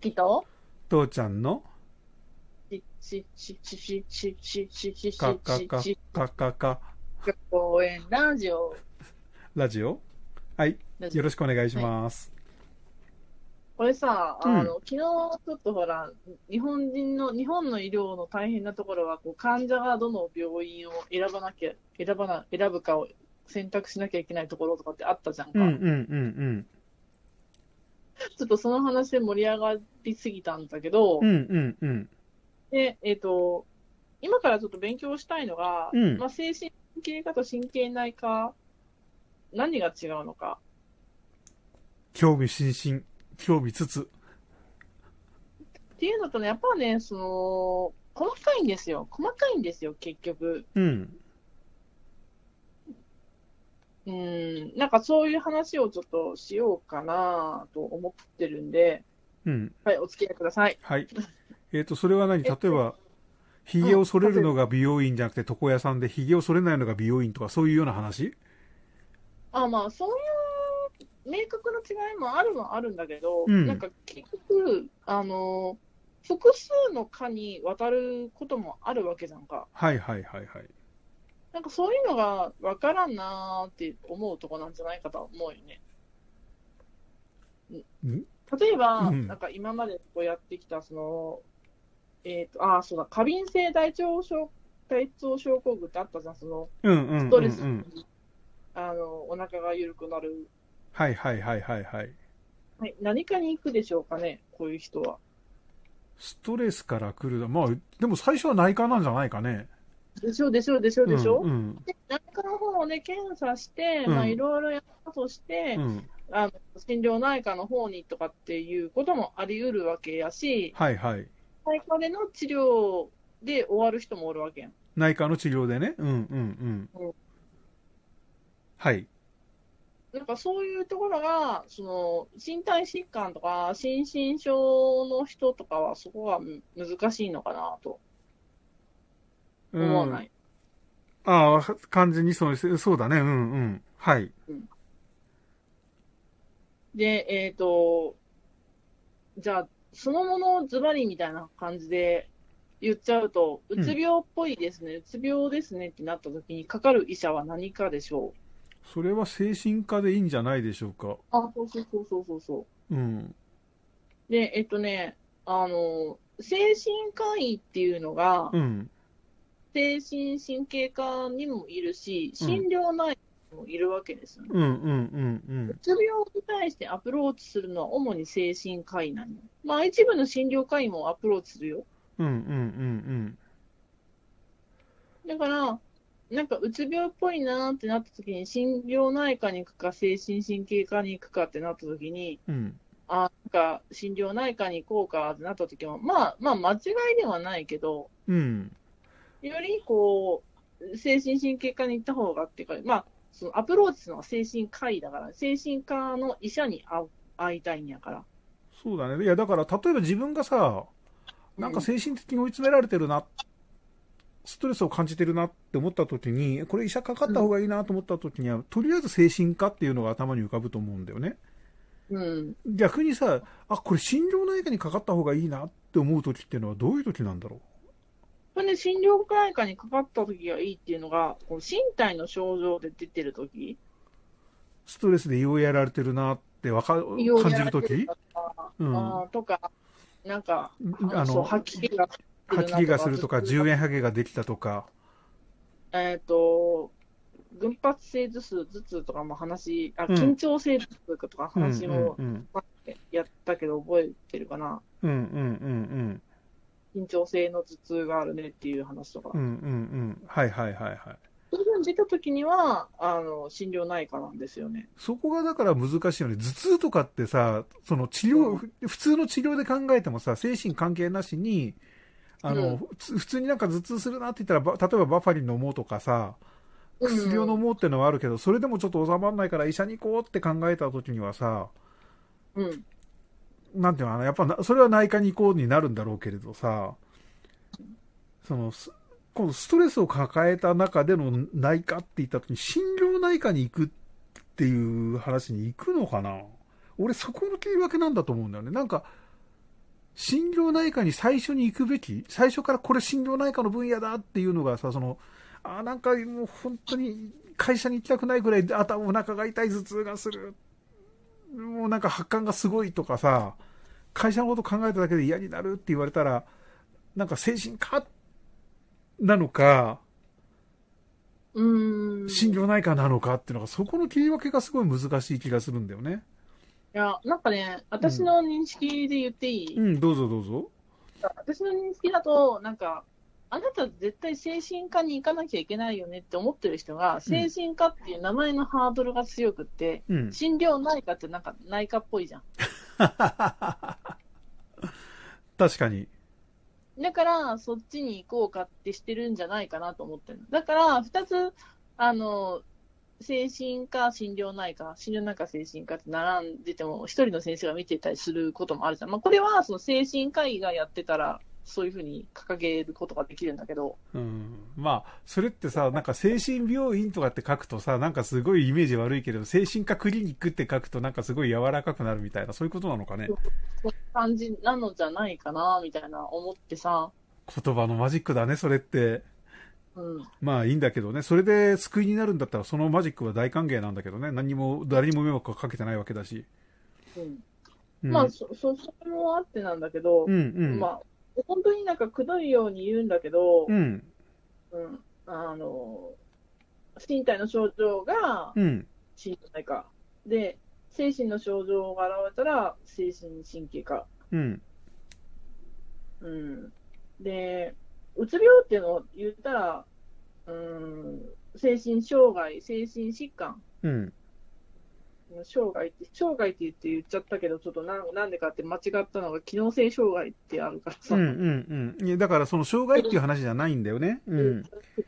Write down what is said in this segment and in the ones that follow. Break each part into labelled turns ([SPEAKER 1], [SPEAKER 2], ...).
[SPEAKER 1] きと、
[SPEAKER 2] 父ちゃんの
[SPEAKER 1] し、し、し、し、し、し、し、し、し、し、
[SPEAKER 2] カカカ
[SPEAKER 1] し、
[SPEAKER 2] カカカ
[SPEAKER 1] 公園ラジオ。
[SPEAKER 2] ラジオはい
[SPEAKER 1] ラジオ
[SPEAKER 2] よろしくお願いします、
[SPEAKER 1] これさ、あ
[SPEAKER 2] うん
[SPEAKER 1] の、昨日ちょっとほら、日本人の、日本の医療の大変なところは、こう、患者がどの病院を選ばなきゃ、選ばな、選ぶかを選択しなきゃいけないところとかってあったじゃんか。
[SPEAKER 2] うんうんうん
[SPEAKER 1] ちょっとその話で盛り上がりすぎたんだけど、
[SPEAKER 2] うんうんうんうん
[SPEAKER 1] で、えっ、と、今からちょっと勉強したいのが、
[SPEAKER 2] うん
[SPEAKER 1] まあ、精神系科と神経内科、何が違うのか。
[SPEAKER 2] 興味津々興味つつ
[SPEAKER 1] っていうのとね、やっぱね、その、細かいんですよ。細かいんですよ、結局。
[SPEAKER 2] うん
[SPEAKER 1] うん、なんかそういう話をちょっとしようかなと思ってるんで、
[SPEAKER 2] うん
[SPEAKER 1] はい、お付き合いください。
[SPEAKER 2] はいえっ、とそれは何例えばひげを剃れるのが美容院じゃなくて床屋さんでひげを剃れないのが美容院とかそういうような話
[SPEAKER 1] あ、まあ、そういう明確な違いもあるはあるんだけど、
[SPEAKER 2] うん
[SPEAKER 1] なんか結局、あの、複数の科に渡ることもあるわけじゃんか。
[SPEAKER 2] はいはいはいはい
[SPEAKER 1] なんかそういうのがわからんなーって思うとこなんじゃないかとは思うよね。
[SPEAKER 2] ん
[SPEAKER 1] 例えば、
[SPEAKER 2] うん
[SPEAKER 1] なんか今までこうやってきた、その、えっ、と、ああ、そうだ、過敏性大腸症、大腸症候群ってあったじゃん、その、
[SPEAKER 2] うんうんうん、うん、
[SPEAKER 1] ストレス、あの、お腹が緩くなる。
[SPEAKER 2] はいはいはいはいはい
[SPEAKER 1] はい、何かに行くでしょうかね、こういう人は。
[SPEAKER 2] ストレスから来るまあでも最初は内科なんじゃないかね
[SPEAKER 1] でしょ、でしょ、でしょ、でしょ。
[SPEAKER 2] うんうん
[SPEAKER 1] で、内科の方をね、検査して、
[SPEAKER 2] うん
[SPEAKER 1] まあ、いろいろやったとして、
[SPEAKER 2] うん、
[SPEAKER 1] あの心療内科の方にとかっていうこともあり得るわけやし、
[SPEAKER 2] はいはい
[SPEAKER 1] 内科での治療で終わる人もおるわけやん。
[SPEAKER 2] 内科の治療でねうんうんう
[SPEAKER 1] うんん
[SPEAKER 2] はい
[SPEAKER 1] なんかそういうところが、その身体疾患とか、心身症の人とかは、そこがむ難しいのかなと
[SPEAKER 2] う
[SPEAKER 1] 思わ
[SPEAKER 2] ん
[SPEAKER 1] ない。
[SPEAKER 2] ああ完全にそうですそうだねうんうんはい
[SPEAKER 1] で、えっ、と、じゃあ、そのものズバリみたいな感じで言っちゃうと、
[SPEAKER 2] うん
[SPEAKER 1] うつ病っぽいですね、うつ病ですねってなった時に、かかる医者は何かでしょう
[SPEAKER 2] それは精神科でいいんじゃないでしょうか
[SPEAKER 1] あ、そうそうそうそうそうそ
[SPEAKER 2] うん
[SPEAKER 1] う。で、えっとね、あの、精神科医っていうのが
[SPEAKER 2] う、ん
[SPEAKER 1] 精神神経科にもいるし、
[SPEAKER 2] うん
[SPEAKER 1] 心療内科にもいるわけですよね。
[SPEAKER 2] うんうんうん
[SPEAKER 1] うつ病に対してアプローチするのは主に精神科医なんよ。まあ一部の診療科医もアプローチするよ。
[SPEAKER 2] うんうんうんうん
[SPEAKER 1] だから、なんかうつ病っぽいなーってなった時に、心療内科に行くか精神神経科に行くかってなった時に、
[SPEAKER 2] うんうん
[SPEAKER 1] あ、なんか心療内科に行こうかってなった時も、まあまあ間違いではないけど、
[SPEAKER 2] うん
[SPEAKER 1] よりこう、精神神経科に行った方がっていうか、まあ、そのアプローチするのは精神科医だから、精神科の医者に会う会いたいんやから。
[SPEAKER 2] そうだねいやだから例えば自分がさなんか精神的に追い詰められてるな、ストレスを感じてるなって思った時に、これ医者かかった方がいいなと思った時には、とりあえず精神科っていうのが頭に浮かぶと思うんだよね。
[SPEAKER 1] うん。
[SPEAKER 2] 逆にさ、あ、これ心療内科にかかった方がいいなって思う時っていうのはどういう時なんだろ
[SPEAKER 1] これね、心療内科にかかった時がいいっていうのが、この身体の症状で出てる時
[SPEAKER 2] うストレスで胃をやられてるなってわか、感じる時う。
[SPEAKER 1] うんあーとか、なんか、
[SPEAKER 2] あ
[SPEAKER 1] そう
[SPEAKER 2] の、
[SPEAKER 1] 吐き気がするな
[SPEAKER 2] 吐き気がするとか、十円ハゲができたとか、
[SPEAKER 1] えっ、と、群発性頭痛、頭痛とかも話、あ、
[SPEAKER 2] うん
[SPEAKER 1] 緊張性頭痛とか
[SPEAKER 2] うん、うん、
[SPEAKER 1] 話
[SPEAKER 2] う
[SPEAKER 1] も
[SPEAKER 2] ん、
[SPEAKER 1] やったけど覚えてるかな。
[SPEAKER 2] うん、うん、うん、
[SPEAKER 1] 緊張性の頭痛があるねっていう話とか。
[SPEAKER 2] うん、うん、うん、はいはいはいはい。
[SPEAKER 1] そういうの出た時には、あの、心療内科なんですよね。
[SPEAKER 2] そこがだから難しいよね。頭痛とかってさ、その治療、
[SPEAKER 1] うん
[SPEAKER 2] ふ普通の治療で考えてもさ、精神関係なしに、あの、
[SPEAKER 1] うん
[SPEAKER 2] ふつ普通になんか頭痛するなって言ったらば、例えばバファリン飲もうとかさ、薬を飲もうってのはあるけど、それでもちょっと収まらないから医者に行こうって考えた時にはさ、
[SPEAKER 1] うん。
[SPEAKER 2] なんていうのかな、やっぱな、それは内科に行こうになるんだろうけれどさ、その、すこのストレスを抱えた中での内科って言った時に、心療内科に行くっていう話に行くのかな俺そこの切り分けなんだと思うんだよね。なんか、心療内科に最初に行くべき、最初からこれ心療内科の分野だっていうのがさ、その、あーなんかもう本当に会社に行きたくないくらい頭、お腹が痛い、頭痛がする。もうなんか発汗がすごいとかさ、会社のこと考えただけで嫌になるって言われたら、なんか精神科なのか、
[SPEAKER 1] うーん。
[SPEAKER 2] 心療内科なのかっていうのが、そこの切り分けがすごい難しい気がするんだよね。
[SPEAKER 1] いや、なんかね、私の認識で言っていい、
[SPEAKER 2] うん、どうぞどうぞ。
[SPEAKER 1] 私の認識だと、なんか、あなた絶対精神科に行かなきゃいけないよねって思ってる人が、精神科っていう名前のハードルが強くって、
[SPEAKER 2] うん。
[SPEAKER 1] 心療内科ってなんか内科っぽいじゃん。
[SPEAKER 2] 確かに。
[SPEAKER 1] だから、そっちに行こうかってしてるんじゃないかなと思ってる。だから、二つ、あの、精神科、心療内科、心療内科、精神科って並んでても、一人の先生が見てたりすることもあるじゃん。まあ、これは、その精神科医がやってたら、そういうふうに掲げることができるんだけど、
[SPEAKER 2] うん、まあ、それってさ、なんか精神病院とかって書くとさ、なんかすごいイメージ悪いけど、精神科クリニックって書くとなんかすごい柔らかくなるみたいな、そういうことなのかね。
[SPEAKER 1] そういう感じなのじゃないかな、みたいな思ってさ、
[SPEAKER 2] 言葉のマジックだね、それって。
[SPEAKER 1] うん。
[SPEAKER 2] まあいいんだけどね、それで救いになるんだったらそのマジックは大歓迎なんだけどね、何にも、誰にも迷惑はかけてないわけだし。
[SPEAKER 1] うん、
[SPEAKER 2] うん、
[SPEAKER 1] まあ、そ、そ、それもあってなんだけど
[SPEAKER 2] う、ん、うん。
[SPEAKER 1] まあ、本当になんかくどいように言うんだけど、
[SPEAKER 2] うん、
[SPEAKER 1] うん、あの、身体の症状が
[SPEAKER 2] うん、
[SPEAKER 1] 神経内科。で、精神の症状が現れたら精神神経科。
[SPEAKER 2] うん、
[SPEAKER 1] うん。で、うつ病っていうのを言ったら、うん、精神障害、精神疾患。
[SPEAKER 2] うん。
[SPEAKER 1] 障害って、障害って言って言っちゃったけど、ちょっとなんなんでかって間違ったのが、機能性障害ってあるから
[SPEAKER 2] う
[SPEAKER 1] さ。
[SPEAKER 2] ん、うん、うん。いやだからその障害っていう話じゃないんだよね。うん、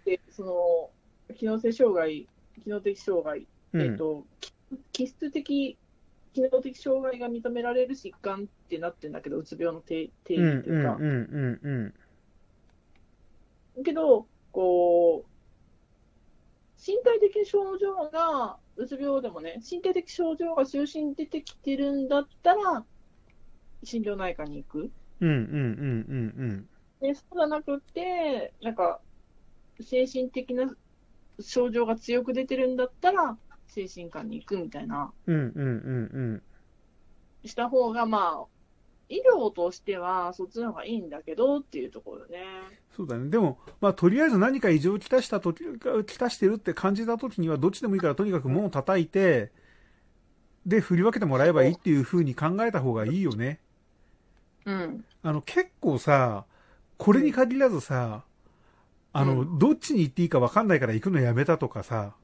[SPEAKER 1] でその、機能性障害、機能的障害
[SPEAKER 2] うん、
[SPEAKER 1] えっと、き気質的、機能的障害が認められる疾患ってなってるんだけど、うつ病の定定
[SPEAKER 2] うん、
[SPEAKER 1] 義って
[SPEAKER 2] う、
[SPEAKER 1] いうんか。
[SPEAKER 2] うん、うん。
[SPEAKER 1] けど、こう、身体的症状が、うつ病でもね、身体的症状が中心に出てきてるんだったら、心療内科に行く。
[SPEAKER 2] うん、うん、うん、うん、うん。
[SPEAKER 1] で、そうじゃなくて、なんか、精神的な症状が強く出てるんだったら、精神科に行くみたいな。
[SPEAKER 2] うんうんうん
[SPEAKER 1] した方が、まあ、医療としては、そっちの方がいいんだけどっていうところね。
[SPEAKER 2] そうだね。でも、まあ、とりあえず何か異常をきたしたとき、きたしてるって感じたときには、どっちでもいいからとにかく門を叩いて、で、振り分けてもらえばいいっていうふうに考えた方がいいよね。
[SPEAKER 1] うん。
[SPEAKER 2] あの、結構さ、これに限らずさ、あの、
[SPEAKER 1] う
[SPEAKER 2] どっちに行っていいか分かんないから行くのやめたとかさ、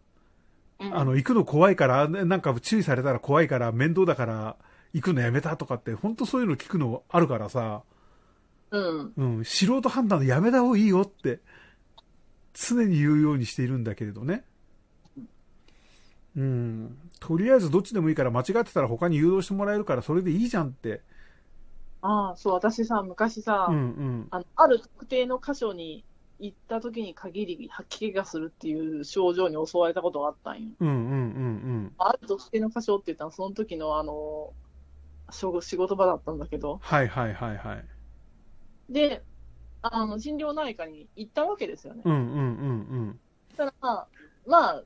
[SPEAKER 2] あ
[SPEAKER 1] あ、
[SPEAKER 2] の、行くの怖いから、なんか注意されたら怖いから、面倒だから、行くのやめたとかって、ほんとそういうの聞くのあるからさ、
[SPEAKER 1] うん。
[SPEAKER 2] うん、素人判断でやめた方がいいよって、常に言うようにしているんだけれどね。うん。とりあえずどっちでもいいから間違ってたら他に誘導してもらえるからそれでいいじゃんって。
[SPEAKER 1] ああ、そう、私さ、昔さ、
[SPEAKER 2] うんうん。
[SPEAKER 1] あのある特定の箇所に行った時に限り、吐き気がするっていう症状に襲われたことがあったんよ。
[SPEAKER 2] うんうんうんうん。
[SPEAKER 1] ある特定の箇所って言ったら、その時の、あの、しょ仕事場だったんだけど。
[SPEAKER 2] はいはいはいはい。
[SPEAKER 1] で、あの、心療内科に行ったわけですよね。
[SPEAKER 2] うんうんうん
[SPEAKER 1] ただ、まあ、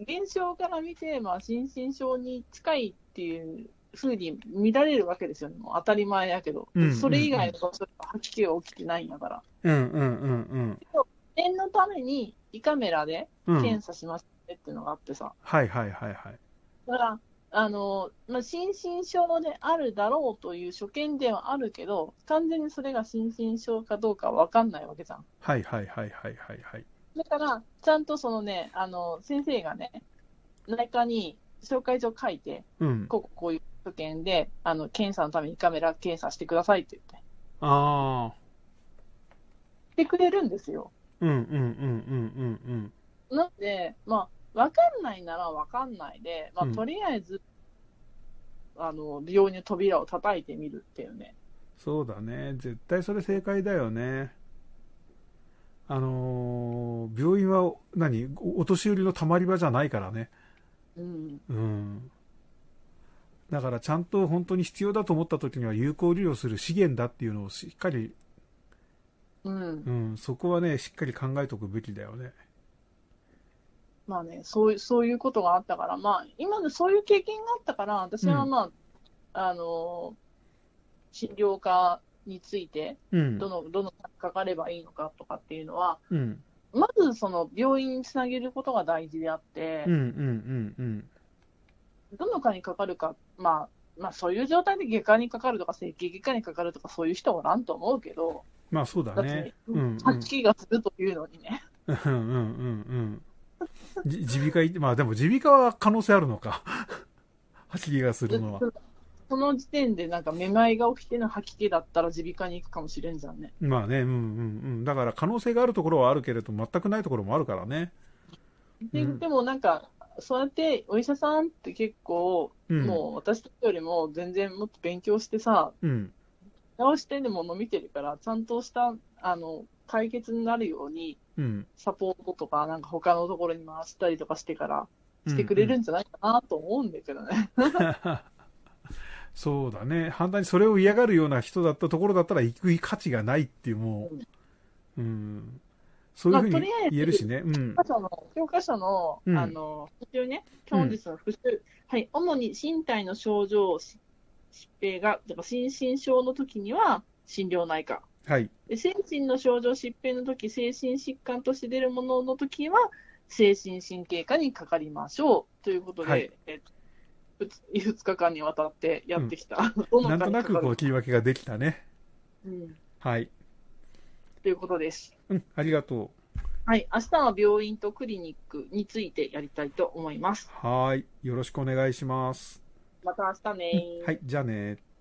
[SPEAKER 1] 現象から見て、まあ、心身症に近いっていうふうに見られるわけですよね。もう当たり前やけど。
[SPEAKER 2] うん
[SPEAKER 1] それ以外の場所では吐き気が起きてないんだから。
[SPEAKER 2] うん。うんうんうん
[SPEAKER 1] 念のために胃カメラで
[SPEAKER 2] うん。うん
[SPEAKER 1] 検。査しますねっていうのがあってさ。
[SPEAKER 2] はいはいはいはい。
[SPEAKER 1] だから、あの、まあ、心身症であるだろうという所見ではあるけど、完全にそれが心身症かどうかはわかんないわけじゃん。
[SPEAKER 2] はいはいはいはいはいはい。
[SPEAKER 1] だから、ちゃんとそのね、あの、先生がね、内科に紹介状書いて、
[SPEAKER 2] うん。
[SPEAKER 1] こうこういう所見で、あの、検査のためにカメラ検査してくださいって言っ
[SPEAKER 2] ああ。
[SPEAKER 1] て、してくれるんですよ。
[SPEAKER 2] うんうんうんうんうんうん。
[SPEAKER 1] なので、まあ、わかんないならわかんないで、まあ、
[SPEAKER 2] うん
[SPEAKER 1] とりあえず、あの、病院の扉を叩いてみるっていうね。
[SPEAKER 2] そうだね絶対それ正解だよねあのー病院は何おお年寄りのたまり場じゃないからね
[SPEAKER 1] うん。
[SPEAKER 2] うんだからちゃんと本当に必要だと思った時には有効利用する資源だっていうのをしっかり、
[SPEAKER 1] うん
[SPEAKER 2] う。ん、そこはね、しっかり考えておくべきだよね。
[SPEAKER 1] まあね、そういう、そういうことがあったから、まあ、今のそういう経験があったから、私はまあ、あの、診療科について、
[SPEAKER 2] うん
[SPEAKER 1] ど。の、どの科かかればいいのかとかっていうのは、
[SPEAKER 2] うん。
[SPEAKER 1] まずその病院につなげることが大事であって
[SPEAKER 2] うん。う、ん。うん。
[SPEAKER 1] どの科にかかるか、まあ、まあそういう状態で外科にかかるとか、整形外科にかかるとか、そういう人おらんと思うけど、
[SPEAKER 2] まあそうだ
[SPEAKER 1] だって
[SPEAKER 2] ね。うん。うん
[SPEAKER 1] 吐き気がするというのにね。
[SPEAKER 2] うんうんうんうん。じ耳鼻科行って、まあでも耳鼻科は可能性あるのか。 吐き気がするのは。
[SPEAKER 1] その時点でなんかめまいが起きての吐き気だったら耳鼻科に行くかもしれんじゃんね。
[SPEAKER 2] まあね、うんうんうん。だから可能性があるところはあるけれど、全くないところもあるからね。
[SPEAKER 1] で
[SPEAKER 2] うん
[SPEAKER 1] でもなんか、そうやってお医者さんって結構、
[SPEAKER 2] うん。
[SPEAKER 1] もう私たちよりも全然もっと勉強してさ、
[SPEAKER 2] うん。
[SPEAKER 1] 治してでもの見てるから、ちゃんとしたあの解決になるように、
[SPEAKER 2] うん。
[SPEAKER 1] サポートとか、なんか他のところに回したりとかしてから、
[SPEAKER 2] うん
[SPEAKER 1] してくれるんじゃないかなと思うんだけどね。
[SPEAKER 2] そうだね。反対にそれを嫌がるような人だったところだったら行く価値がないっていう、もう、うん。そういうふう
[SPEAKER 1] まあと
[SPEAKER 2] に
[SPEAKER 1] りあえず
[SPEAKER 2] 言えるしね。うん。
[SPEAKER 1] 教科書の、教科書の、
[SPEAKER 2] うん
[SPEAKER 1] あの、復習ね、本日の復習、はい、主に身体の症状、疾病が、だから心身症の時には、心療内科。
[SPEAKER 2] はい。
[SPEAKER 1] で精神の症状、疾病の時、精神疾患として出るものの時は、精神神経科にかかりましょうということで、
[SPEAKER 2] はい
[SPEAKER 1] えっとふつ2日間にわたってやってきた、 どの
[SPEAKER 2] なん
[SPEAKER 1] 科
[SPEAKER 2] と
[SPEAKER 1] に
[SPEAKER 2] な
[SPEAKER 1] か
[SPEAKER 2] く
[SPEAKER 1] か
[SPEAKER 2] こう
[SPEAKER 1] る
[SPEAKER 2] 切り分けができたね。
[SPEAKER 1] うん
[SPEAKER 2] はい。
[SPEAKER 1] ということです。
[SPEAKER 2] うん。ありがと
[SPEAKER 1] はい、明日は病院とクリニックについてやりたいと思います。
[SPEAKER 2] う。はーい。よろしくお願いします。
[SPEAKER 1] また明日ねー
[SPEAKER 2] はい。じゃあね。